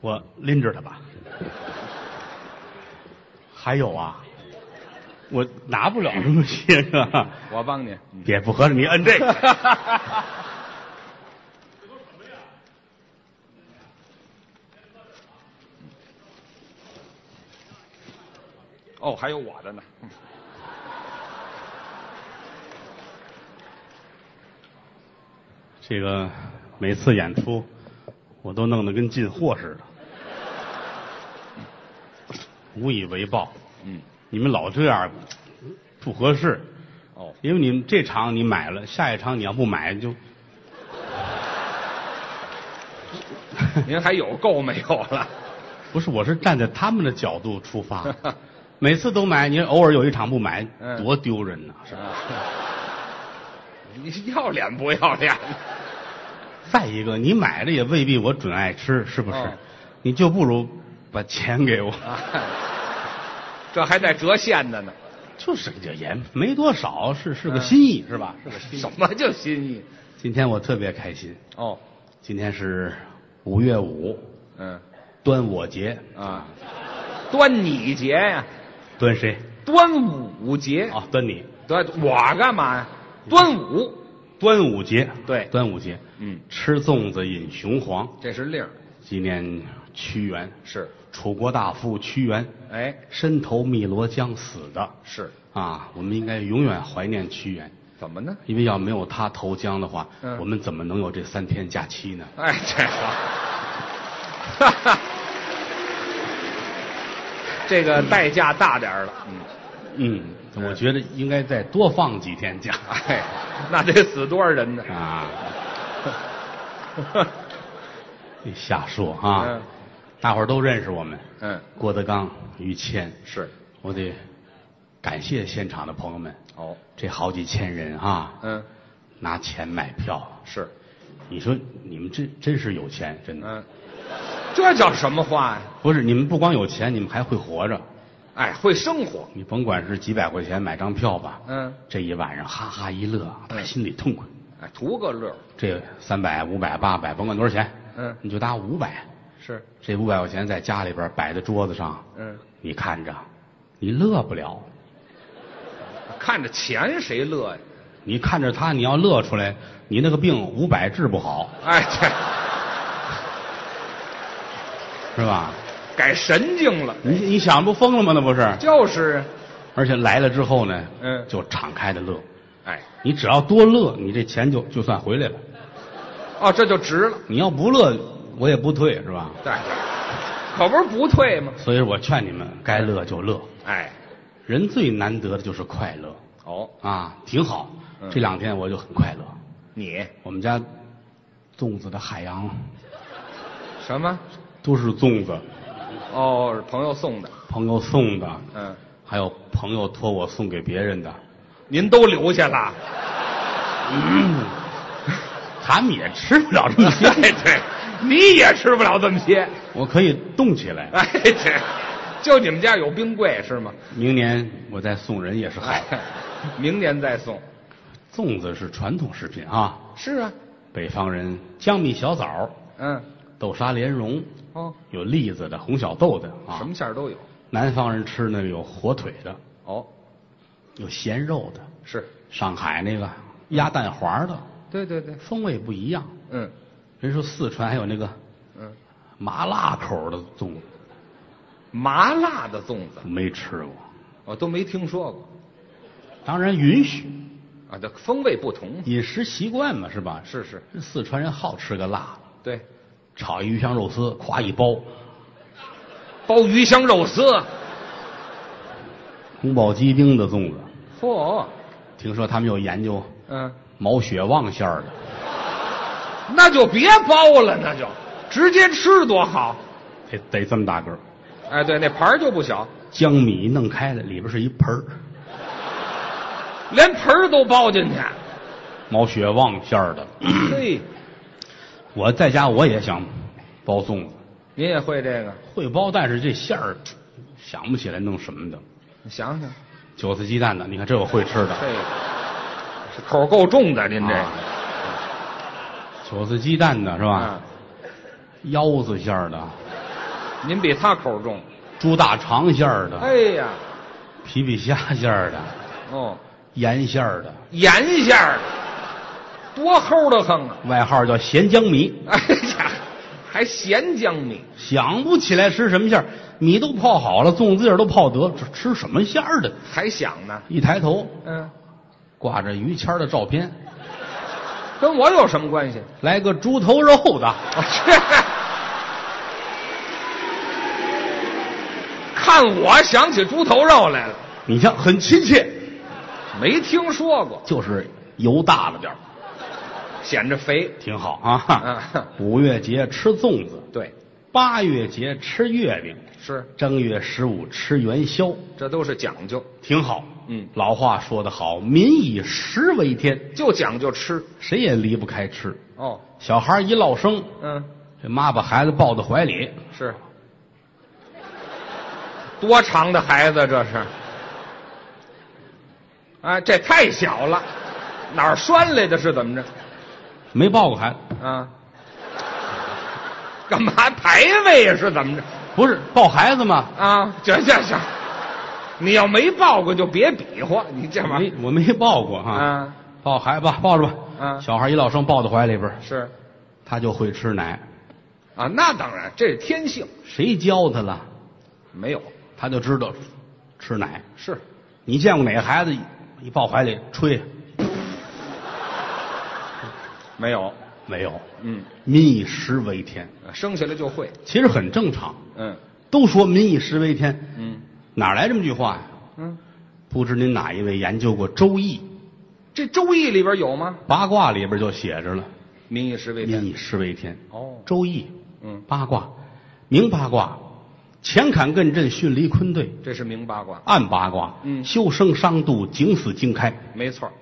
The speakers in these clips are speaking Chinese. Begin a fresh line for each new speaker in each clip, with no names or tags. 我拎着它吧。还有啊，我拿不了这么些个，
我帮你。嗯
也不合适。你摁这个，
哦，还有我的呢。嗯
这个每次演出我都弄得跟进货似的，无以为报。
嗯，
你们老这样不合适，
哦，
因为你们这场你买了，下一场你要不买就
您还有够没有了？
不是，我是站在他们的角度出发， 每次都买，你偶尔有一场不买，
嗯
多丢人呐、是吧？
啊你是要脸不要脸？
再一个，你买了也未必我准爱吃，是不是？
哦
你就不如把钱给我，
啊，这还带折现的呢，
就是这也没多少，是是个
嗯
心意，是吧？是个
什么叫心意？
今天我特别开心，
哦，
今天是五月五，
嗯
端我节，
啊，端你节呀、
端谁？
端午节
啊，端你，
端我干嘛呀？端午，
端午节，
对
端午节，
嗯，
吃粽子饮雄黄，
这是令儿
纪念屈原，
是，
楚国大夫屈原。
哎，
身投汨罗江死的
是，
啊，我们应该永远怀念屈原，
怎么呢？
因为要没有他投江的话，
嗯
我们怎么能有这三天假期呢？
哎，这个， 这个代价大点儿了，嗯，
嗯，我觉得应该再多放几天假
哎，那得死多少人呢？
啊！你瞎说 啊！
嗯
大伙儿都认识我们，
嗯，
郭德纲、于谦，
是，
我得感谢现场的朋友们，
哦，
这好几千人啊，
嗯，
拿钱买票，
是，
你说你们真真是有钱，真的。
嗯，这叫什么话呀？
不是，你们不光有钱，你们还会活着。
哎，会生活，
你甭管是几百块钱买张票吧，
嗯，
这一晚上哈哈一乐，他
嗯
心里痛快。
哎，图个乐儿，
这三百、五百、八百，甭管多少钱，
嗯
你就搭五百。
是，
这五百块钱在家里边摆在桌子上，
嗯，
你看着，你乐不了。
看着钱谁乐呀？
你看着他，你要乐出来，你那个病五百治不好，
哎，这
是吧？
改神经了，
你你想不疯了吗？那不是？
就是，
而且来了之后呢，
嗯
就敞开的乐。
哎，
你只要多乐，你这钱就就算回来了。
哦，这就值了，
你要不乐，我也不退，是吧？
对，可不是不退吗？
所以我劝你们，该乐就乐。
哎，
人最难得的就是快乐
哦，
啊，挺好。
嗯
这两天我就很快乐。
你
我们家粽子的海洋
什么？
都是粽子，
哦，是朋友送的，
朋友送的，
嗯，
还有朋友托我送给别人的，
您都留下了，
他嗯们也吃不了这么
哎，
些。
对，你也吃不了这么些，
我可以冻起来，
哎，这，就你们家有冰柜是吗？
明年我再送人也是好
哎。， 明年再送。
粽子是传统食品啊，
是啊，
北方人江米小枣、
嗯，
豆沙莲蓉，
哦，
有栗子的、红小豆的啊。
什么馅儿都有。
南方人吃那个有火腿的，
哦，
有咸肉的，
是，
上海那个鸭蛋黄的，
对对对，
风味不一样。
嗯
人说四川还有那个
嗯，
麻辣口的粽子，
麻辣的粽子
没吃过。
我都没听说过
当然允许，
啊，这风味不同。
饮食习惯嘛，是吧？
是是，
四川人好吃个辣的，
对，
炒一鱼香肉丝，夸一包，
包鱼香肉丝，
宫保鸡丁的粽子，
嚯，
听说他们有研究
嗯，
毛血旺馅儿的，
那就别包了，那就直接吃多好。
得得这么大个儿，
哎，对，那盘儿就不小，
江米弄开了，里边是一盆儿，
连盆儿都包进去。
毛血旺馅儿的。
嘿，
我在家我也想包粽子，
您也会这个？
会包，但是这馅儿想不起来弄什么的。
你想想，
韭菜鸡蛋的，你看这我会吃的。
嘿，这口儿够重的，您这
啊
啊嗯
韭菜鸡蛋的是吧？腰子馅儿的，
您比他口重。
猪大肠馅儿的，
哎呀，
皮皮虾馅儿的，
哦，
盐馅儿的，
盐馅儿的，多齁的很啊！
外号叫咸江米。
哎呀，还咸江米，
想不起来吃什么馅儿，米都泡好了，粽子叶儿都泡得，这吃什么馅儿的？
还想呢？
一抬头，
嗯，
挂着于谦儿的照片，
跟我有什么关系？
来个猪头肉的，
我去， 看我想起猪头肉来了，
你像很亲切，
没听说过，
就是油大了点儿
显着肥。
挺好啊
嗯。
五月节吃粽子，
对，
八月节吃月饼，
是，
正月十五吃元宵，
这都是讲究，
挺好。
嗯
老话说得好，民以食为天，
就讲究吃。
谁也离不开吃。
哦，
小孩一落生，
嗯，
这妈把孩子抱到怀里，
是。多长的孩子这是？啊，这太小了，哪儿拴来的？是怎么着？
没抱过孩子，
啊？干嘛排位是怎么着？
不是抱孩子吗？
啊，这这这，你要没抱过就别比划，你这玩意
没，我没抱过
儿
啊。
啊，
抱孩子吧，抱着吧。
嗯
小孩一落生抱到怀里边儿，
是
他就会吃奶，
啊，那当然，这是天性，
谁教他了，
没有
他就知道吃奶。
是
你见过哪个孩子一抱怀里吹？啊
没有，
没有，
嗯，
民以食为天，
生下来就会，
其实很正常。
嗯
都说民以食为天，
嗯
哪来这么句话呀？
嗯，
不知您哪一位研究过《周易》？
这《周易》里边有吗？
八卦里边就写着了，
民以食为
民
天，
以食为天。
哦，
周易，
嗯，
八卦，明八卦，乾坎艮震巽离坤兑，
这是明八卦，
暗八卦，
嗯
修生伤度，景死惊开
没错儿，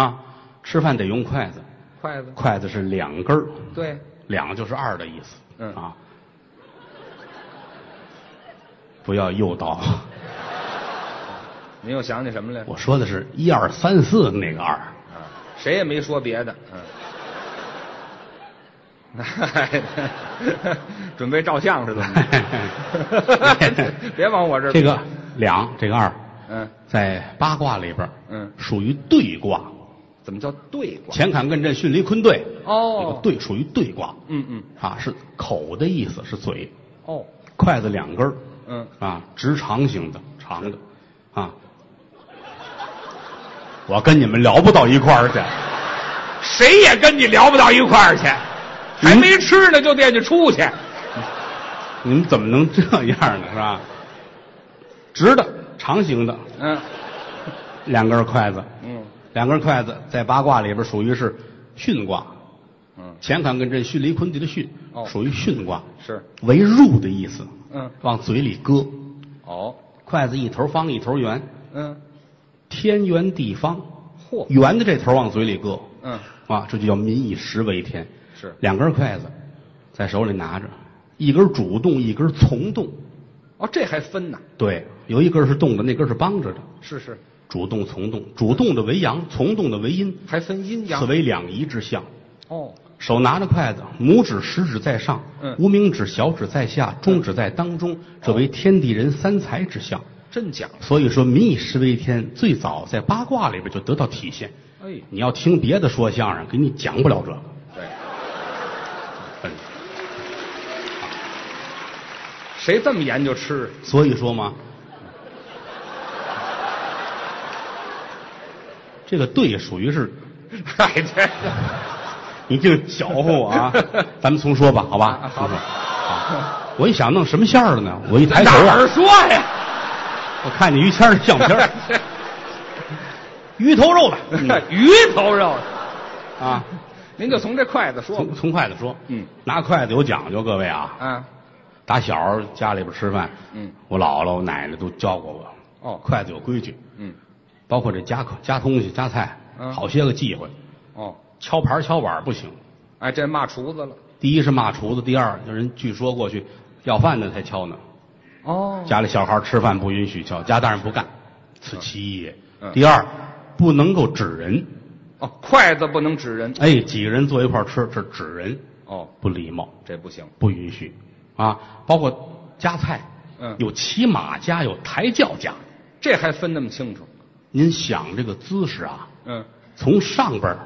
啊。吃饭得用筷子，
筷子，
筷子是两根儿，
对，
两就是二的意思，
嗯
啊，不要诱导，
您又想起什么来了？
我说的是一二三四那个二，
啊，谁也没说别的，嗯。 准备照相是怎么着？ 别往我这儿
这个两这个二，
嗯
在八卦里边儿，
嗯，
属于兑卦，
怎么叫对卦？
乾坎艮震巽离坤兑，这个
哦，
兑属于兑卦，
嗯嗯，
啊，是口的意思，是嘴，
哦，
筷子两根儿，
嗯，
啊，直长型的，长的，啊，我跟你们聊不到一块儿去，
谁也跟你聊不到一块儿去，还没
嗯
吃呢就惦记出去，
你们怎么能这样呢？是吧？直的，长形的，
嗯
两根筷子，
嗯
两根筷子在八卦里边属于是巽卦，
嗯，
乾坎艮震巽离坤兑的巽
哦，
属于巽卦，
是，
为入的意思，
嗯
往嘴里搁，
哦，
筷子一头方一头圆，
嗯，
天圆地方，
嚯，
圆的这头往嘴里搁，
嗯
啊，这就叫民以食为天。
是，
两根筷子在手里拿着，一根主动，一根从动。
哦这还分呢，
对，有一根是动的，那根是帮着的。
是是，
主动、从动，主动的为阳，从动的为阴，
还分阴
此
阳，
为两仪之象。
哦，
手拿着筷子，拇指、食指在上，
嗯哦
无名指、小指在下，中指在当中，这为天地人三才之象。
真讲，
所以说，民以食为天，最早在八卦里边就得到体现。
哎，
你要听别的说相声，给你讲不了这个。
对，
嗯
谁这么研究吃？
所以说嘛，这个对属于是，
哎，这，
你净搅和我 啊！咱们重说吧，好吧？
啊好吧
好我一想弄什么馅儿的呢？我一抬头
哪
啊
儿，说呀？
我看见于谦儿的相片 儿，鱼头肉的、嗯
鱼头肉，
啊。
您就从这筷子说
从
吧，
从筷子说，
嗯，
拿筷子有讲究，各位啊。
啊，
打小家里边吃饭，
嗯，
我姥姥、我奶奶都教过我，
哦，
筷子有规矩，
嗯，
包括这夹口夹东西、夹菜，
嗯
好些个忌讳，
哦，
敲盘儿敲碗儿不行。
哎，这骂厨子了，
第一是骂厨子，第二有人据说过去要饭的才敲呢，
哦，
家里小孩吃饭不允许敲，家大人不干，此其一也。
嗯
第二，不能够指人，
哦，筷子不能指人。
哎，几个人坐一块儿吃，这指人
哦，
不礼貌，
这不行。
不允许啊。包括夹菜，
嗯
有骑马夹，有抬轿夹。
这还分那么清楚？
您想这个姿势啊，
嗯
从上边儿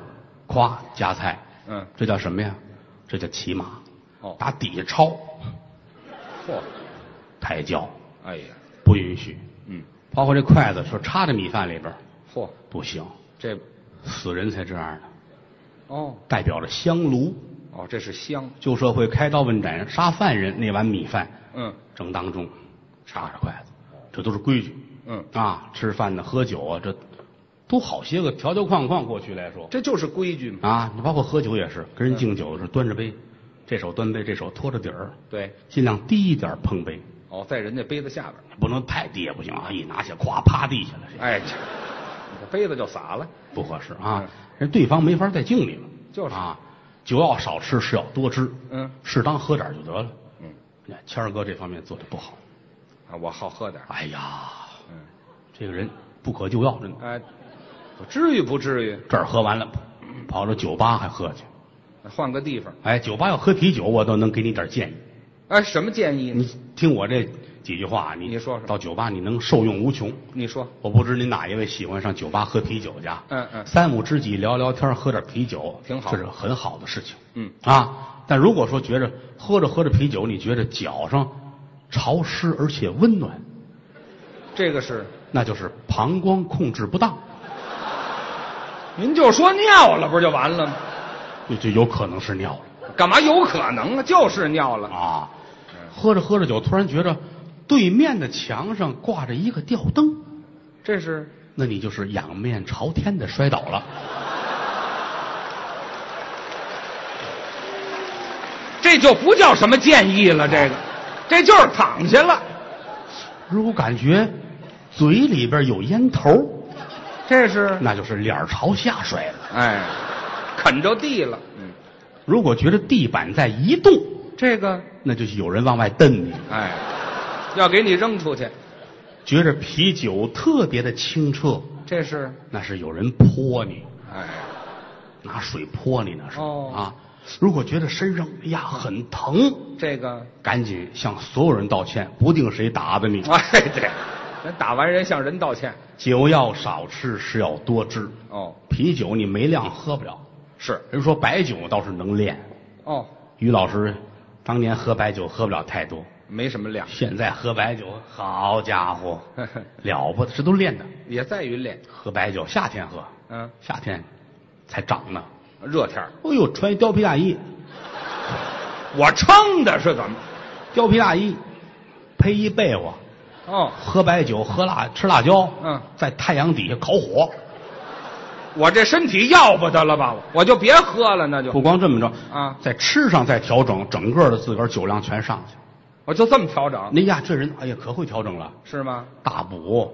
夸夹菜，
嗯，
这叫什么呀？这叫骑马，
哦，
打底下抄
嚯，
抬轿
哎呀，
不允许。
嗯，
包括这筷子说插在米饭里边儿
嚯，
不行，
这
死人才这样的，
哦
代表着香炉。
哦，这是香，
旧社会开刀问斩杀犯人那碗米饭
嗯
正当中，插着筷子，这都是规矩
嗯，
啊。吃饭呢，喝酒啊，这都好些个条条框框。过去来说
这就是规矩嘛。
啊，你包括喝酒也是，跟人敬酒是端着杯，这手端杯，这手托着底儿，
对，
尽量低一点碰杯，
哦，在人家杯子下边儿，
不能太低也不行啊。一拿下，咵趴地下了，这
哎，这你这杯子就洒了。
不合适啊。人对方没法再敬你了，
嗯就是
啊，酒要少吃，是要多吃，
嗯
适当喝点儿就得了。
嗯，
哎谦儿哥这方面做的不好。
啊，我好喝点儿。
哎呀，
嗯，
这个人不可救药，真的。
哎，我至于不至于？
这儿喝完了，跑到酒吧还喝去。
换个地方。
哎，酒吧要喝啤酒，我倒能给你点建议。
哎，什么建议呢？
你听我这几句话，你
你说说
到酒吧你能受用无穷。
你说，
我不知您哪一位喜欢上酒吧喝啤酒去啊？
嗯嗯
三五知己聊聊天，喝点啤酒，
挺好
这是很好的事情。
嗯
啊，但如果说觉着喝着喝着啤酒，你觉着脚上潮湿而且温暖，
这个是
那就是膀胱控制不当，
您就说尿了，不就完了吗？
就就有可能是尿了。
干嘛有可能啊？就是尿了。
啊，喝着喝着酒，突然觉着对面的墙上挂着一个吊灯，
这是
那你就是仰面朝天的摔倒了。
这就不叫什么建议了，这个，这就是躺下了。
如果感觉嘴里边有烟头，
这是
那就是脸儿朝下摔了。
哎，啃着地了。嗯，
如果觉得地板在移动，
这个
那就是有人往外蹬你。
哎，要给你扔出去。
觉着啤酒特别的清澈，
这是
那是有人泼你，
哎，
拿水泼你那是、
哦
啊。如果觉得身上哎呀很疼，
这个
赶紧向所有人道歉，不定谁打的你。
哎对，咱打完人向人道歉。
酒要少吃，是要多吃。
哦，
啤酒你没量喝不了，
是
人说白酒倒是能练。
哦，
于老师当年喝白酒喝不了太多，
没什么量，
现在喝白酒，好家 伙，了不得，这都练的。
也在于练。
喝白酒夏天喝，
嗯，
夏天才长呢。
热天儿
哎呦，穿一貂皮大衣，
我撑的是怎么？
貂皮大衣，披一被窝，
哦，
喝白酒，喝辣，吃辣椒，
嗯，
在太阳底下烤火。
我这身体要不得了吧？我我就别喝了，那就
不光这么着
啊
在吃上再调整，整个的自个儿酒量全上去。
我就这么调整，
哎呀，这人哎呀可会调整了，
是吗？
大补，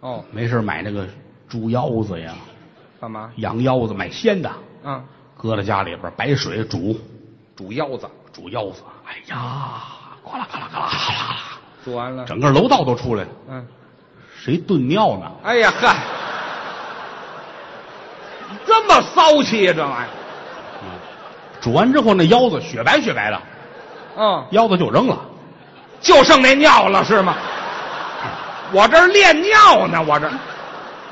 哦，
没事儿买那个猪腰子呀、
干嘛？
羊腰子，买鲜的，
啊，
搁在家里边儿白水煮，
煮腰子，
煮腰子。哎呀，呱啦呱啦呱啦呱啦呱
煮完了
啦，，整个楼道都出来了。
嗯，
谁炖尿呢？
哎呀嗨，这么骚气呀、啊这玩意儿，
嗯煮完之后那腰子雪白雪白的，
嗯，
腰子就扔了。
就剩那尿了是吗？我这儿练尿呢，我这儿，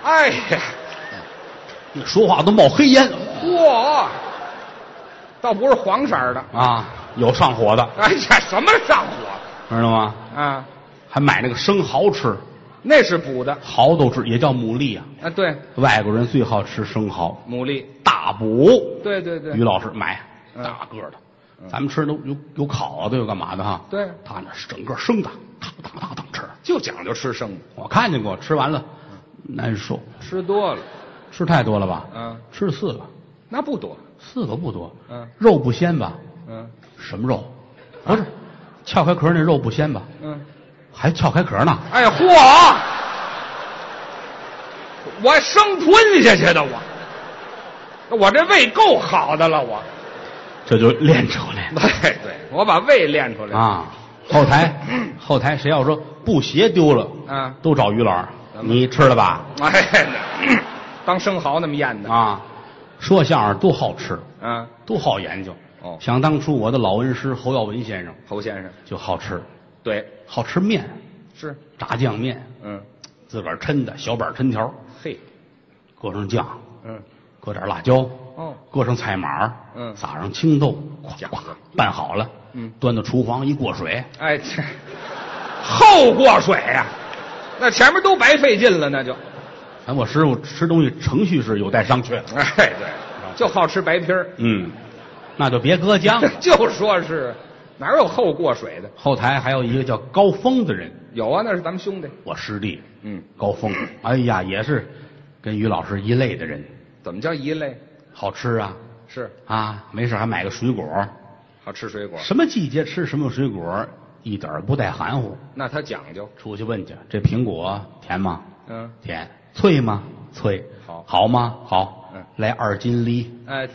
哎呀，
那说话都冒黑烟
嚯，倒不是黄色儿的，
啊，有上火的，
哎呀，什么上火
知道吗？
啊？
还买那个生蚝吃，
那是补的
蚝都吃，也叫牡蛎啊。
啊，对，
外国人最好吃生蚝，
牡蛎，
大补。
对对对
于，老师买
嗯
大个儿的，
嗯
咱们吃都有有烤的，有干嘛的哈？
对
他那是整个生的，当当当当吃。
就讲究吃生的，
我看见过，吃完了难受，
吃多了，
吃太多了吧？
嗯，
吃了四个，
那不多，
四个不多。
嗯
肉不鲜吧？
嗯
什么肉？不是，撬开壳那肉不鲜吧？
嗯，
还撬开壳呢？
哎嚯，我生吞下去的我，我这胃够好的了我，
这就练出来了。
哎对，我把胃练出来了，
啊，后台后台谁要说布鞋丢了，
啊
都找于老儿，
咱们
你吃了吧？
哎，当生蚝那么咽的，
啊，说相声都好吃，
啊，
都好研究。
哦
想当初我的老恩师侯耀文先生
侯先生，
就好吃，
对，
好吃面，
是，
炸酱面，
嗯，
自个儿抻的小板抻条，
嘿，
搁上酱，
嗯，
搁点辣椒，
哦，
搁上菜码，
嗯
撒上青豆，咵
讲究
咵拌好了，
嗯
端到厨房一过水，
哎， 这后过水呀、那前面都白费劲了，那就，
哎，我师傅吃东西程序是有待商榷，
哎，
啊
对，就好吃白皮儿，
嗯，那就别搁 姜了。
就说是哪有后过水的？
后台还有一个叫高峰的人，
有啊，那是咱们兄弟。
我师弟
嗯，
高 峰，哎呀，也是跟于老师一类的人，
怎么叫一类？
好吃啊
是
啊，没事还买个水果，
好吃水果，
什么季节吃什么水果，一点儿不带含糊。
那他讲究。
出去问去，这苹果甜吗？
嗯，
甜。脆吗？脆。
好
好吗？好。
嗯
来二斤梨，
哎，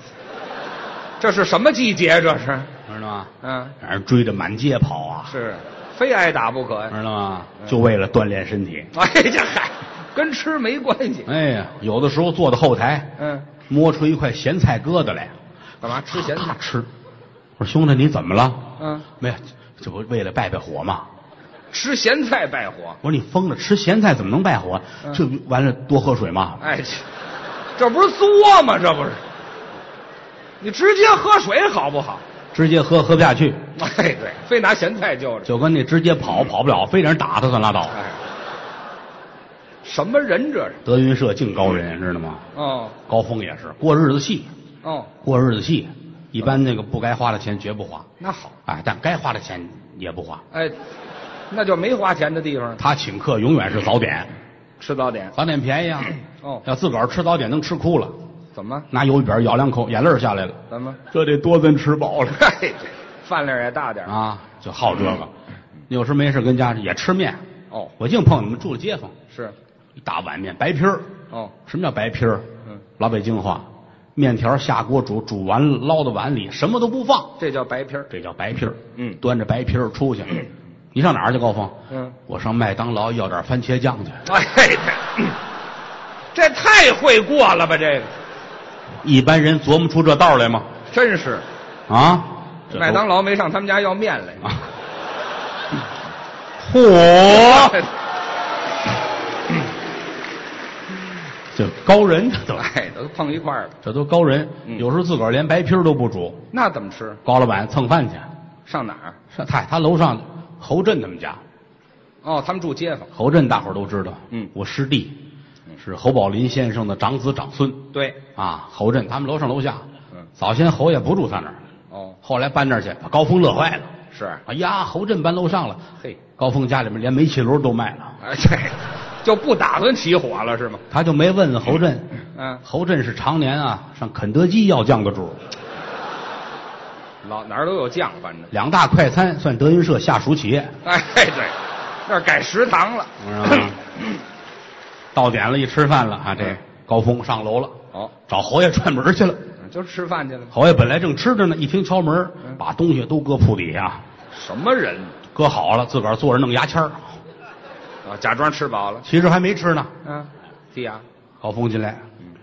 这是什么季节？这是，
知道吗？
嗯，
让人追着满街跑啊，
是非挨打不可呀。
知道吗？
嗯
就为了锻炼身体。
哎呀，嗨，跟吃没关系。
哎呀，有的时候坐到后台，
嗯，
摸出一块咸菜疙瘩来，
干嘛吃咸
咔
菜？
吃。我说兄弟，你怎么了？
嗯，
没有，这不为了败败火吗？
吃咸菜败火。
我说你疯了，吃咸菜怎么能败火？
嗯
这不完了多喝水吗？
哎，这这不是作吗？这不是，你直接喝水好不好？
直接喝喝不下去，
哎，对，非拿咸菜就着。
就跟那直接跑跑不了，非得人打他算拉倒。
哎，什么人这是？
德云社净高人，知道吗？
哦
高峰也是过日子戏，
哦，
过日子戏，一般那个不该花的钱绝不花，
那好，
哎，但该花的钱也不花。
哎，那就没花钱的地方，
他请客永远是早点，
吃早点。
早点便宜啊！
哦，
要自个儿吃早点能吃哭了，
怎么？
拿油饼咬两口，眼泪儿下来了，
怎么？
这得多咱吃饱了
哎，对，饭量也大点儿。
啊！就好这个，有时没事跟家也吃面。
哦，
我净碰你们住的街坊，
是，
一大碗面白皮儿。
哦，
什么叫白皮儿？
嗯，
老北京话，面条下锅煮，煮完了捞到碗里，什么都不放，
这叫白皮儿。
这叫白皮儿。
嗯
端着白皮儿 出去，你上哪儿去，高峰？
嗯，
我上麦当劳要点番茄酱去，
哎，这这太会过了吧？这个
一般人琢磨出这道来吗？
真是，
啊，这都
麦当劳没上他们家要面来。
啊，
哦
嚯，
哎
这高人这都，
哎，都碰一块儿了，
这都高人，
嗯
有时候自个儿连白皮儿都不煮，
那怎么吃？
高老板蹭饭去，
上哪儿？
上嗨，他楼上侯震他们家，
哦，他们住街坊。
侯震大伙儿都知道，
嗯
我师弟是侯宝林先生的长子长孙
对，
啊，侯震他们楼上楼下，
嗯
早先侯爷不住他那儿，
哦，
后来搬那儿去，把高峰乐坏了，
是，
哎呀，侯震搬楼上了，
嘿，
高峰家里面连煤气炉都卖了，
哎，这就不打算起火了是吗？
他就没问问侯震，
嗯，
侯震是常年啊上肯德基要酱的主，
老哪儿都有酱，反正。
两大快餐算德云社下属企业，
哎，对，那儿改食堂了。
你知道吗？到点了，一吃饭了啊，这
嗯
高峰上楼了，
哦，
找侯爷串门去了。
就吃饭去了。
侯爷本来正吃着呢，一听敲门，
嗯
把东西都搁铺底下，
什么人
搁好了，自个儿坐着弄牙签儿，
啊？假装吃饱了。
其实还没吃呢。
嗯，剔牙。
高峰进来，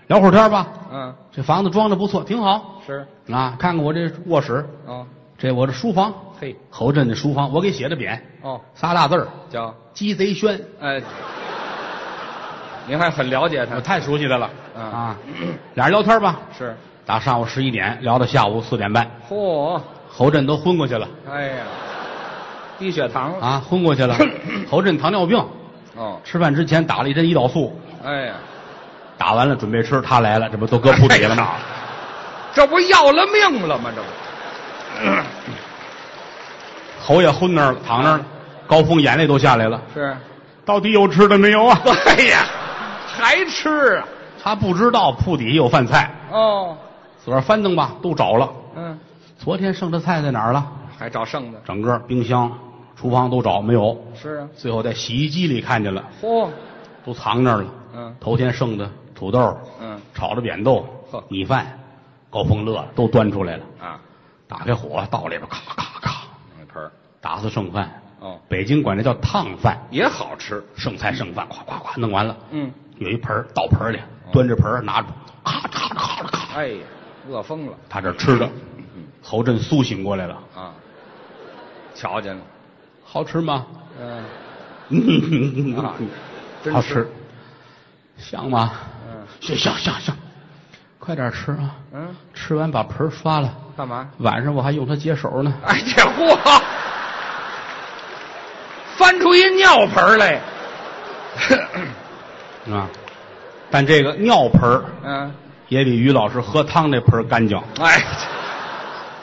聊会儿天吧。
嗯，
这房子装的不错，挺好
是。
啊。看看我这卧室，
哦，
这我这书房，
嘿，
侯震的书房，我给写的匾，
哦，
仨大字儿
叫
“鸡贼轩
哎，您还很了解”，
我
他。
太熟悉他了
嗯
啊。俩人聊天吧，
是。
打上午十一点聊到下午四点半，
嚯、
侯震都昏过去了
哎呀，低血糖了。
啊，昏过去了。侯震糖尿病，
哦，
吃饭之前打了一针胰岛素，
哎呀，
打完了准备吃，他来了，这不都搁铺底了吗？
这不要了命了吗？这不。
侯爷昏那儿了，躺那儿了，高峰眼泪都下来了。
是，
到底有吃的没 有啊？
哎呀，还吃啊？
他不知道铺底有饭菜，
哦，
自个儿翻腾吧，都找了。
嗯，
昨天剩的菜在哪儿了？
还找剩的。
整个冰箱、厨房都找没有，
是啊，
最后在洗衣机里看见了，
嚯、
都藏那儿了。
嗯
头天剩的土豆、
嗯
炒的扁豆
呵、
米饭，高峰乐了都端出来了。
啊，
打开火，倒里边咔咔咔，
那盆儿，
打死剩饭。
哦，
北京管这叫烫饭，
也好吃。
剩菜剩饭，咵咵咵弄完了。
嗯，
有一盆儿倒盆儿里，端着盆儿拿着，咔嚓咔嚓咔嚓，
哎呀，饿疯了
他这吃的。侯震苏醒过来了，
啊，瞧见了，
好吃吗？
嗯，啊
嗯，
真
好
是
吃，香吗？
嗯
香香香香，快点吃啊！
嗯，
吃完把盆儿刷了，
干嘛？
晚上我还用它解手呢。
哎，这嚯，翻出一尿盆儿来，
啊，但这个尿盆儿
嗯，
也比于老师喝汤那盆儿干净，
哎，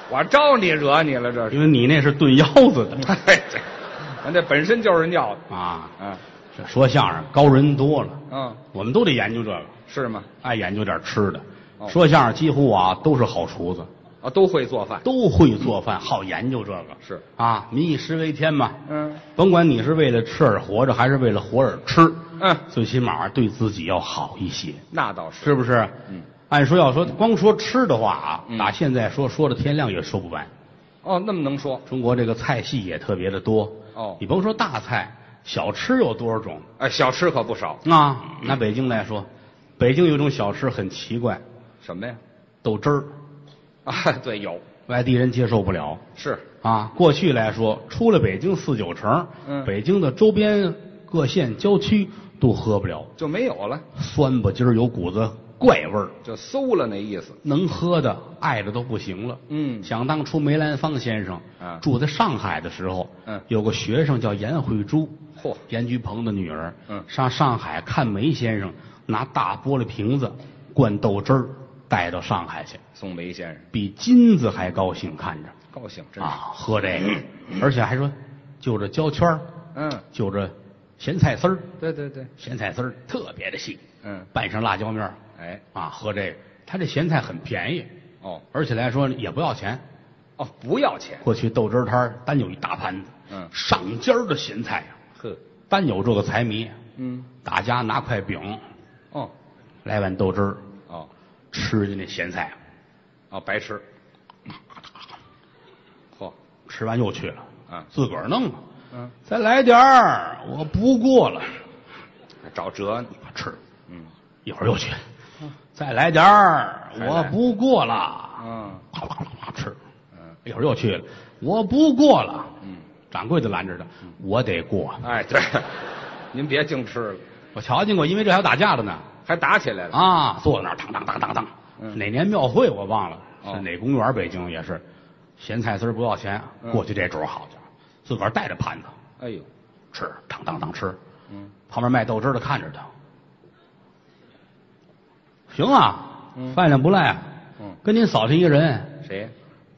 我招你惹你了这是？
因为你那是炖腰子的
哎，这咱这本身就是尿的，
啊。
嗯
这说相声高人多了，
嗯，
我们都得研究这个，
是吗？
爱研究点吃的。
哦
说相声几乎啊都是好厨子，
啊，都会做饭，
都会做饭，好研究这个
是，
啊。民以食为天嘛，
嗯
甭管你是为了吃而活着，还是为了活而吃，
嗯，
最起码对自己要好一些，
那倒是，
是不是？
嗯，
按说要说光说吃的话啊，
嗯
打现在说说到天亮也说不完。
哦，那么能说，
中国这个菜系也特别的多
哦
你甭说大菜，小吃有多少种
哎，小吃可不少，
啊？拿北京来说，北京有一种小吃很奇怪，
什么呀？
豆汁儿，
啊，对，有
外地人接受不了
是，
啊。过去来说，出了北京四九城，
嗯
北京的周边各县郊区都喝不了，
就没有了，
酸吧唧儿有股子怪味儿，
就馊了那意思，
能喝的爱的都不行了。
嗯
想当初梅兰芳先生
啊
住在上海的时候，
嗯
有个学生叫颜慧珠，
嚯，
严菊鹏的女儿，
嗯
上上海看梅先生拿大玻璃瓶子灌豆汁儿带到上海去，
宋梅先生
比金子还高兴看着
高兴，真是，
啊，喝这个，而且还说就着焦圈儿，
嗯，
就着咸菜丝儿，
对对对，
咸菜丝儿特别的细，
嗯，
拌上辣椒面儿
哎，
啊，喝这个，他这咸菜很便宜，
哦
而且来说也不要钱。
哦，不要钱，
过去豆汁儿摊儿单有一大盘子，
嗯
上尖儿的咸菜啊，
呵，
单有这个财迷，
嗯，
大家拿块饼，
哦
来碗豆汁儿，
哦
吃进那咸菜，
哦，白吃，嚯，
吃完又去了，
啊
自个儿弄吧，
嗯，
再来点儿，我不过了，
找辙呢，
吃，
嗯
一会儿又 去，再来点儿，
来
我不过了，
嗯
哗啦哗啦哗啦吃，
嗯
一会儿又去了，我不过了，
嗯，
掌柜的拦着他，我得过，
哎，对，您别净吃了，
我瞧见过，因为这还有打架的呢，
还打起来了，
啊，坐在那儿，当当当当当，
嗯
是哪年庙会我忘了，
哦
是哪公园儿？北京也是，咸菜丝儿不要钱，
嗯
过去这主儿好家伙，自个儿带着盘子
哎呦，
吃，当当当吃，
嗯
旁边卖豆汁儿的看着他，行啊
嗯，
饭量不赖啊，
嗯，
跟您扫听一个人，
谁呀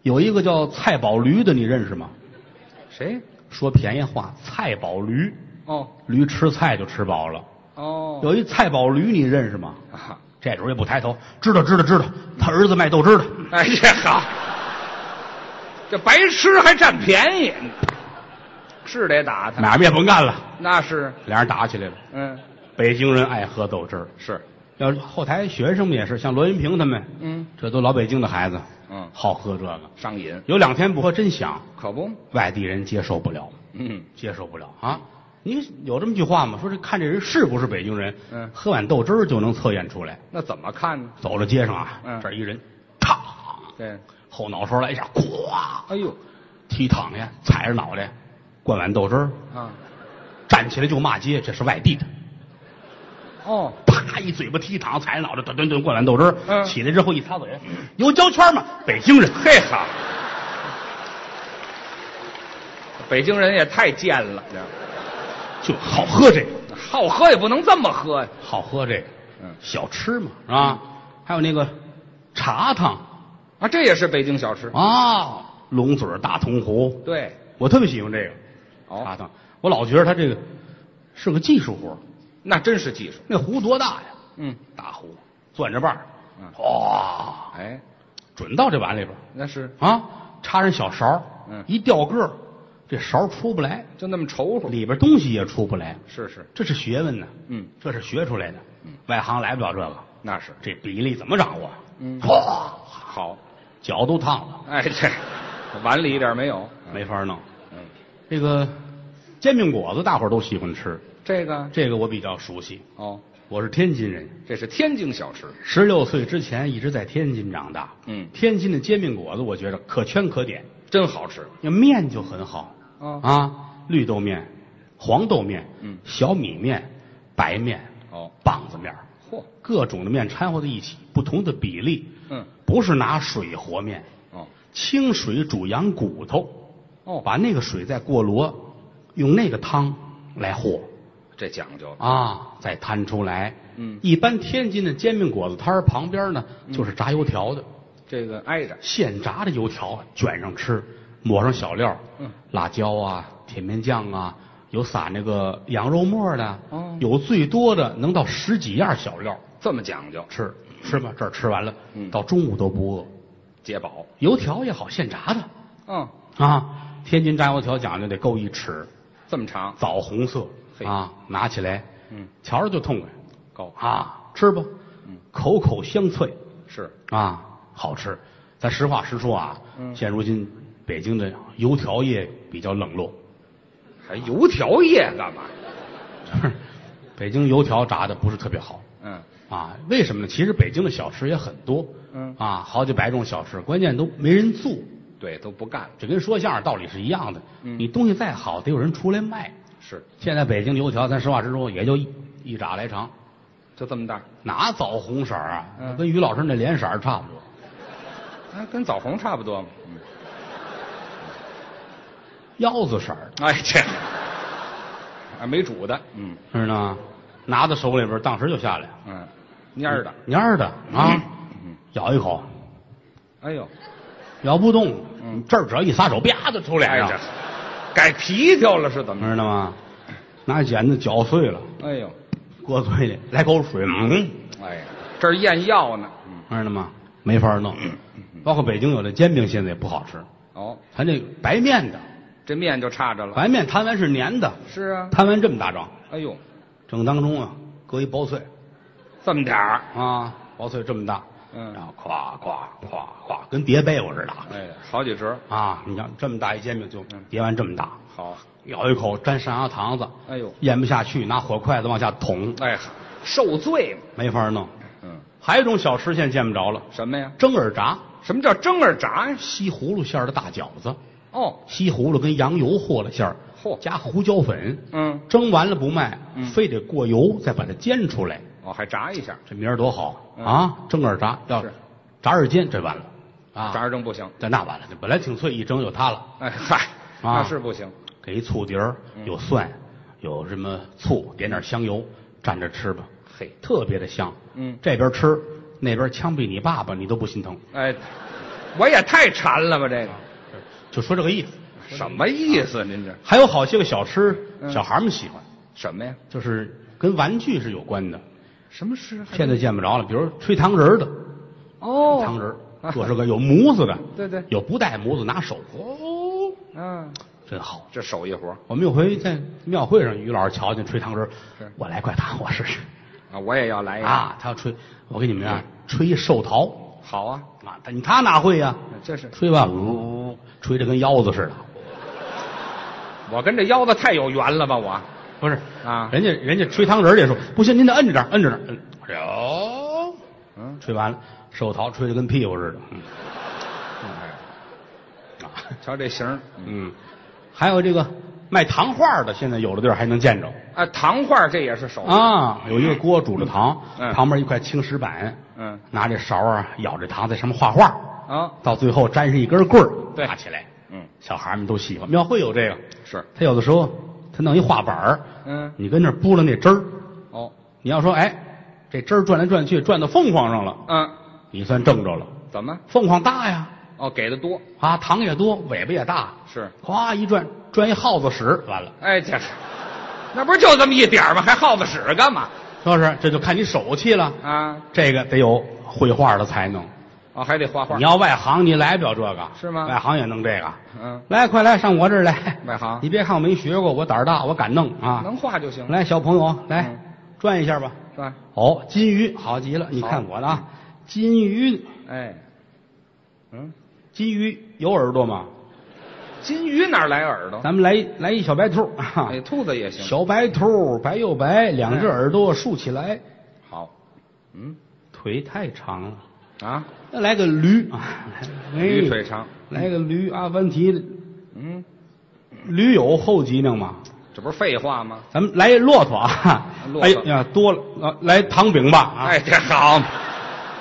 有一个叫蔡宝驴的，你认识吗？
谁呀？
说便宜话，蔡宝驴，
哦
驴吃菜就吃饱了。
哦，
有一蔡宝驴，你认识吗？
啊
这主儿也不抬头，知道知道知道，他儿子卖豆汁儿的。
哎呀，好，这白吃还占便宜，是得打他，
买卖也甭干了，
那是，
俩人打起来了。
嗯，
北京人爱喝豆汁儿，
是，
要是后台学生们也是，像罗云平他们，
嗯
这都老北京的孩子，
嗯，
好喝这个。
上瘾，
有两天不喝真想，
可不，
外地人接受不了，
嗯，
接受不了啊！你有这么句话吗？说这看这人是不是北京人，
嗯
喝碗豆汁儿就能测验出来。
那怎么看呢？
走到街上啊，
嗯
这儿一人，咔，
对，
后脑勺来一下，咵，
哎呦，
踢躺下，踩着脑袋，灌碗豆汁儿，
啊，
站起来就骂街，这是外地的。
哦，
啪一嘴巴踢躺，踩着脑袋，墩墩墩灌碗豆汁儿。
嗯
起来之后一擦嘴，有胶圈吗？北京人，嘿哈，
北京人也太贱了，这
就好喝这个，
好喝也不能这么喝呀，
好喝这个，
嗯，
小吃嘛，是吧？还有那个茶汤
啊，这也是北京小吃，
啊，龙嘴儿大铜壶，
对，
我特别喜欢这个茶
哦，
汤。我老觉得它这个是个技术活儿，
那真是技术，
那壶多大呀？
嗯，
大壶，攥着把儿
嗯，
哇，
哎，
准到这碗里边儿
那是
啊，插上小勺儿，
嗯
一掉个儿，这勺儿出不来。
就那么稠乎，
里边东西也出不来，
是是，
这是学问呢，
嗯，
这是学出来的，外行来不了这个，
那是，
这比例怎么掌握？
嗯
嚯，
好，
脚都烫了，
哎，这碗里一点没有，
没法弄。
嗯。
这个煎饼果子大伙儿都喜欢吃，
这个
这个我比较熟悉，
哦，
我是天津人，
这是天津小吃。
十六岁之前一直在天津长大，
嗯
天津的煎饼果子我觉得可圈可点，
真好吃
那面就很好
哦
啊，绿豆面、黄豆面、
嗯
小米面、白面、
哦，
棒子面，
嚯，
各种的面掺和在一起，不同的比例，
嗯，
不是拿水和面，
哦，
清水煮羊骨头，
哦，
把那个水再过箩，用那个汤来和
这讲究了，
啊，再摊出来。
嗯
一般天津的煎饼果子摊儿旁边呢，就是炸油条的，
这个挨着，
现炸的油条卷上吃，抹上小料，
嗯，
辣椒啊、甜面酱啊，有撒那个羊肉末的，
哦
有最多的能到十几样小料
这么讲究，
吃，吃吧，这儿吃完了，
嗯
到中午都不饿。
解饱，
油条也好，现炸的
嗯，
啊，天津炸油条讲究得够一尺，
这么长，
枣红色
嘿
啊，拿起来，
嗯，
瞧着就痛快
高
啊，吃吧，
嗯
口口香脆
是，
啊，好吃。咱实话实说啊，
嗯
现如今北京的油条业比较冷落，
还哎油条叶干嘛？
北京油条炸的不是特别好
嗯，
啊，为什么呢？其实北京的小吃也很多，
嗯
啊，好几百种小吃，关键都没人做，
对，都不干，
这跟说相声道理是一样的。
嗯
你东西再好，得有人出来卖。
是，
现在北京的油条，咱实话实说，也就一一扎来长，
就这么大，
哪枣红色儿啊？
嗯
跟于老师那脸色儿差不多。
啊，跟枣红差不多嘛。嗯，
腰子色儿的，
哎，这啊没煮的，嗯
知道吗？拿到手里边儿，当时就下来了，
嗯，蔫儿的，
蔫儿的啊，
嗯，
咬一口，
哎呦，
咬不动，
嗯
这儿只要一撒手，啪就抽脸
哎
上，
这改皮条了是怎么
知道吗？拿剪子绞碎了，
着？哎呦，
搁嘴里，来口水，嗯，
哎呀，这儿验药呢，嗯，
知道吗？没法弄，包括北京有的煎饼现在也不好吃，
哦，
它这白面的，
这面就差着了，
白面摊完是粘的，
是啊，
摊完这么大张，
哎呦，
正当中啊，搁一薄脆
这么点儿，
啊，薄脆这么大，
嗯
然后咵咵咵咵，跟叠被窝似的
哎呀，好几折，
啊！你看这么大一煎饼就
嗯
叠完这么大，
好，
咬一口沾上牙膛子，
哎呦，
咽不下去，拿火筷子往下捅，
哎呀，受罪嘛，
没法弄。
嗯，
还有一种小吃现在见不着了，
什么呀？
蒸耳炸，
什么叫蒸耳炸呀？
西葫芦馅儿的大饺子，
哦，
西葫芦跟羊油和了馅儿，
嚯
加胡椒粉，
嗯，
蒸完了不卖，
嗯
非得过油再把它煎出来，
哦，还炸一下，
这名儿多好
嗯
啊！蒸耳炸要
是
炸耳尖，这完了啊，
炸着蒸不行，
这那完了，这本来挺脆，一蒸就塌了。
哎嗨，
啊
那是不行，
给一醋碟儿，
嗯
有蒜，有什么醋，点点香油，蘸着吃吧，
嘿，
特别的香。
嗯
这边吃，那边枪毙你爸爸，你都不心疼。
哎，我也太馋了吧，这个
就说这个意思。
什么意思？您这
还有好些个小吃，
嗯
小孩们喜欢，
什么呀？
就是跟玩具是有关的。
什么诗？
现在见不着了，比如吹糖人儿的，
哦，
糖人儿，这是个有模子的，
对对
有不带模子拿手哦，
嗯，
真好。
这手艺活儿
我们有回在庙会上，于老师瞧见吹糖人儿
是，
我来块糖，我试试
啊，我也要来一个。
啊。他要吹，我给你们啊，吹一寿桃
好啊，
啊，他他哪会呀、
这是
吹吧，呜，吹的跟腰子似的。
我跟这腰子太有缘了吧？我
不是
啊
人家人家吹糖人儿也说不行，您得摁着点儿，摁着点儿。嗯，
哎
有，
嗯，
吹完了，寿桃吹的跟屁股似的。 嗯
哎，
啊，
瞧这形儿，嗯，
嗯，还有这个卖糖画儿的，现在有的地儿还能见着
啊，糖画这也是手艺，
啊。有一个锅煮着糖，
嗯
旁边一块青石板，
嗯
拿这勺啊舀着糖在上面画画，
啊，
到最后粘上一根棍儿，
对
拿起来，
嗯
小孩儿们都喜欢。庙会有这个，
是，
他有的时候他弄一画板儿，
嗯
你跟那儿拨了那汁儿，
哦，
你要说哎，这汁儿转来转去转到凤凰上了，
嗯，
你算挣着了。
怎么？
凤凰大呀，
哦，给的多
啊，糖也多，尾巴也大，
是？
咵一转转一耗子屎，完了。
哎，这是，那不是就这么一点儿吗？还耗子屎干嘛？
说是这就看你手气了，
啊，
这个得有绘画的才能。
哦，还得画画
你。要外行，你来不了这个，
是吗
外行也弄这个。
嗯，
来，快来上我这儿来。
外行
你别看我没学过，我胆儿大，我敢弄啊！
能画就行，
来，小朋友，来、
嗯
转一下吧。
是吧？
哦，金鱼好极了，你
好
看我的啊，金鱼，
哎，嗯，
金鱼有耳朵吗？
金鱼哪儿来耳朵？
咱们来一来一小白兔啊
哎，，兔子也行。
小白兔白又白，两只耳朵竖起来，
好，嗯
腿太长了。
啊，
再来个驴啊，哎
驴腿长，
来个驴阿凡提的
嗯，
驴友后脊梁嘛，
这不是废话吗？
咱们来一骆驼啊
骆！驼
哎呀，多了，啊来糖饼吧啊！
哎，这好，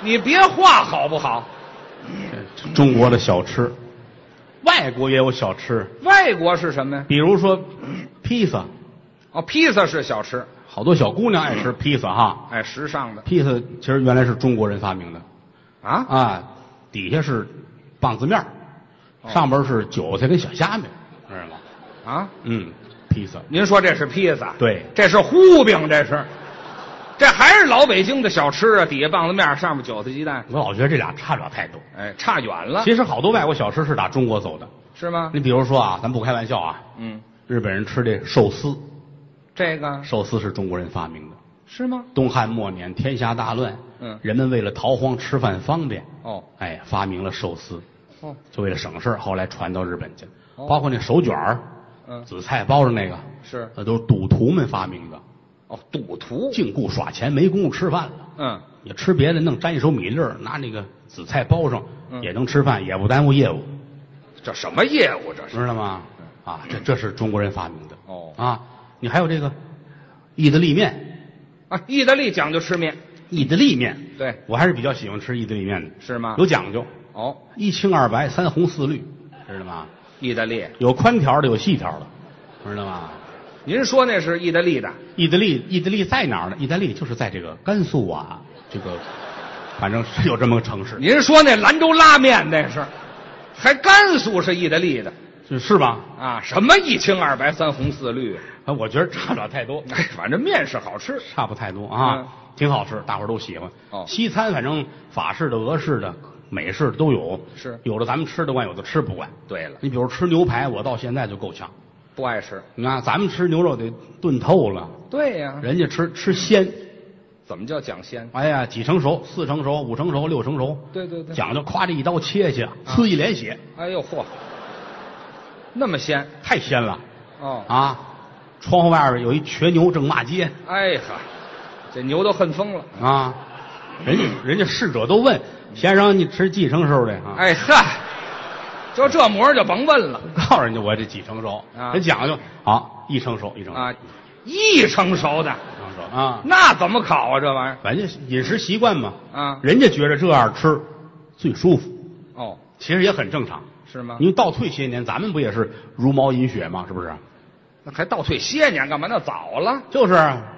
你别画好不好？
这中国的小吃，外国也有小吃，
外国是什么呀？
比如说披萨，
哦，披萨是小吃，
好多小姑娘爱吃披萨哈。
哎，时尚的
披萨其实原来是中国人发明的
啊，
啊，底下是棒子面儿
哦
上边是韭菜跟小虾米，知道吗？
啊！
嗯，披萨，
您说这是披萨？
对
这是糊饼，这是，这还是老北京的小吃啊！底下棒子面，上面韭菜鸡蛋，
我老觉得这俩差不了太多。
哎，差远了，
其实好多外国小吃是打中国走的，
是吗？
你比如说啊，咱不开玩笑啊，
嗯，
日本人吃这寿司，
这个
寿司是中国人发明的。
是吗？
东汉末年，天下大乱，
嗯
人们为了逃荒吃饭方便，
哦
哎，发明了寿司，
哦，
就为了省事儿后来传到日本去了，
哦
包括那手卷儿、
嗯，
紫菜包着那个，
是
那都是赌徒们发明的，
哦，赌徒，
净顾耍钱，没工夫吃饭了。
嗯，
也吃别的，弄沾一手米粒儿，拿那个紫菜包上，
嗯
也能吃饭，也不耽误业务，
这什么业务这是？嗯
知道吗？啊，这这是中国人发明的。
哦
啊，你还有这个意大利面，
啊，意大利讲究吃面，
意大利面，
对，
我还是比较喜欢吃意大利面的，
是吗？
有讲究，
哦，
一清二白，三红四绿，知道吗？
意大利，
有宽条的，有细条的，知道吗？
您说那是意大利的？
意大利，意大利在哪儿呢？意大利就是在这个甘肃啊，这个反正是有这么个城市，
您说那兰州拉面那是，还甘肃是意大利的
是是吧？
啊？什么一清二白三红四绿？
啊，我觉得差不了太多。
哎，反正面是好吃。
差不太多啊，
嗯
挺好吃，大伙儿都喜欢。
哦
西餐反正法式的、俄式的、美式的都有，
是
有的咱们吃得惯，有的吃不惯。
对了，
你比如吃牛排，我到现在就够呛。
不爱吃。
你看咱们吃牛肉得炖透了，
对呀、
人家吃吃鲜，
怎么叫讲鲜？
哎呀，几成熟、四成熟、五成熟、六成熟，
对对对，
讲究夸这一刀切下
嗯
去，呲一脸血，
哎呦嚯，那么鲜
太鲜了
哦！
啊！窗户外边有一瘸牛正骂街
哎哈，这牛都恨疯了。
啊，人家人家侍者都问先生，你吃几成熟的啊？
哎嗨，就这模样就甭问了
告诉人家我这几成熟，
啊
人讲究好一成熟一成熟
啊！一成熟的
一成熟啊，
那怎么烤啊？这玩意
反正饮食习惯嘛，
儿啊？
人家觉着这样吃最舒服，
哦，
其实也很正常。
是吗？
因为倒退些年，咱们不也是茹毛饮血嘛，是不是？
那还倒退些年干嘛？那早了
就是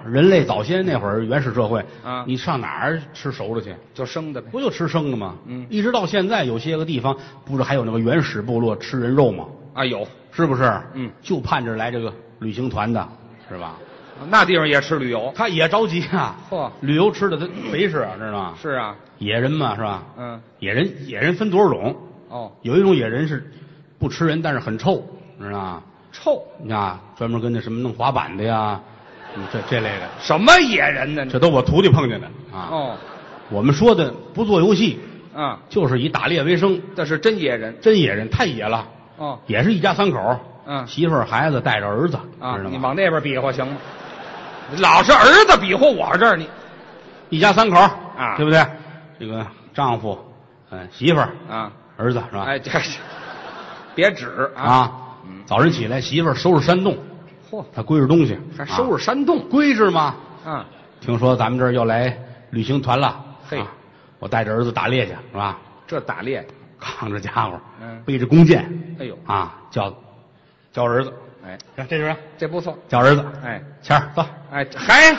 人类早先那会儿原始社会
啊
你上哪儿吃熟的去？
就生的呗。
不就吃生的吗？
嗯
一直到现在，有些个地方不是还有那个原始部落吃人肉吗？
啊，有
是不是？
嗯，
就盼着来这个旅行团的，是吧？
那地方也吃旅游。
他也着急啊，
哦嚯
旅游吃的他肥是，知道吗？
是啊，
野人嘛，是吧？
嗯，
野人野人分多少种？
哦，
有一种野人是不吃人，但是很臭，知道吗？
臭
你看啊，专门跟那什么弄滑板的呀，嗯这这类的，
什么野人呢？
这都我徒弟碰见的啊。
哦，
我们说的不做游戏，
啊，
就是以打猎为生，
那是真野人。
真野人太野了，
哦，
也是一家三口，
嗯
媳妇儿、孩子带着儿子，
啊
知，道
你
吗？
往那边比划行吗？老是儿子比划我这儿，你
一家三口
啊
对不对？这个丈夫，嗯，媳妇儿，
啊，
儿子是吧？
哎，这是别指啊，
啊，早晨起来，媳妇儿收拾山洞，
嚯，
她归置东西，
还收
拾
拾山洞
归置嘛。
啊，
听说咱们这儿要来旅行团了，
嘿
啊我带着儿子打猎去，是吧？
这打猎，
扛着家伙，
嗯
背着弓箭，
哎呦，
啊，叫叫儿子，
哎，
看这就是
这不错，
叫儿子，
哎
谦儿走，
哎，这还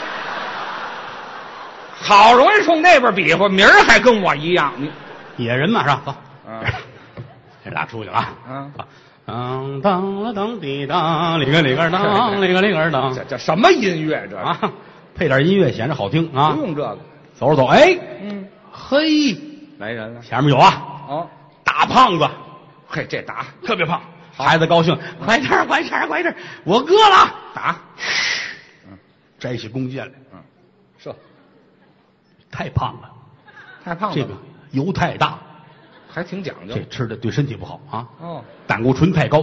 好容易冲那边比划，名儿还跟我一样，你
野人嘛是吧？走，
啊
这俩出去了啊，
嗯
走。当当了当滴当，里个里个 当，里个里个当
这这什么音乐这是？
啊，配点音乐显着好听啊
不。用这个，
走着走，哎，
嗯，
嘿，
来人了，
前面有啊，
哦，
大胖子，
嘿，这打
特别胖。孩子高兴，快点儿，快点儿，快点儿，我饿了。
打，
摘起弓箭来，
嗯，射，
太胖了，
太胖了，
这个油太大，
还挺讲究
这吃的对身体不好啊。
哦，
胆固醇太高，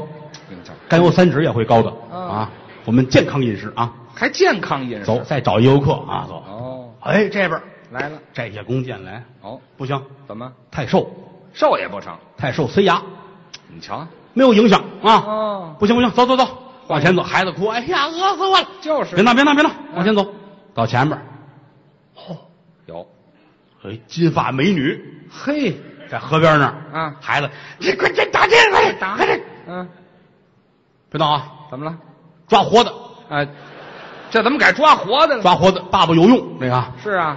挺讲究。
甘油三酯也会高的
嗯
啊。我们健康饮食啊，
还健康饮食。
走，再找一游客啊，走。
哦，
哎，这边儿
来了。
摘下弓箭来，
哦，
不行，
怎么
太瘦，
瘦也不成？
太瘦塞牙，
你瞧，
没有影响啊。
哦，
不行不行，走走走，往前走。孩子哭，哎呀，饿死我了！
就是嗯
别闹别闹别闹，往前走，到前边儿，
有，
有一金发美女
嘿，
在河边那儿。
啊
孩子，你快点打这个，快点
打
快点，
嗯，
别闹啊！
怎么了？
抓活的，
啊，这怎么改抓活的了？
抓活的，爸爸有用，那个啊
是啊，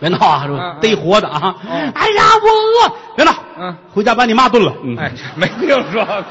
别闹啊，
嗯嗯
逮活的啊！
哦
哎呀，我饿，别闹，
嗯哎
回家把你妈炖了。嗯
哎，这没听说过。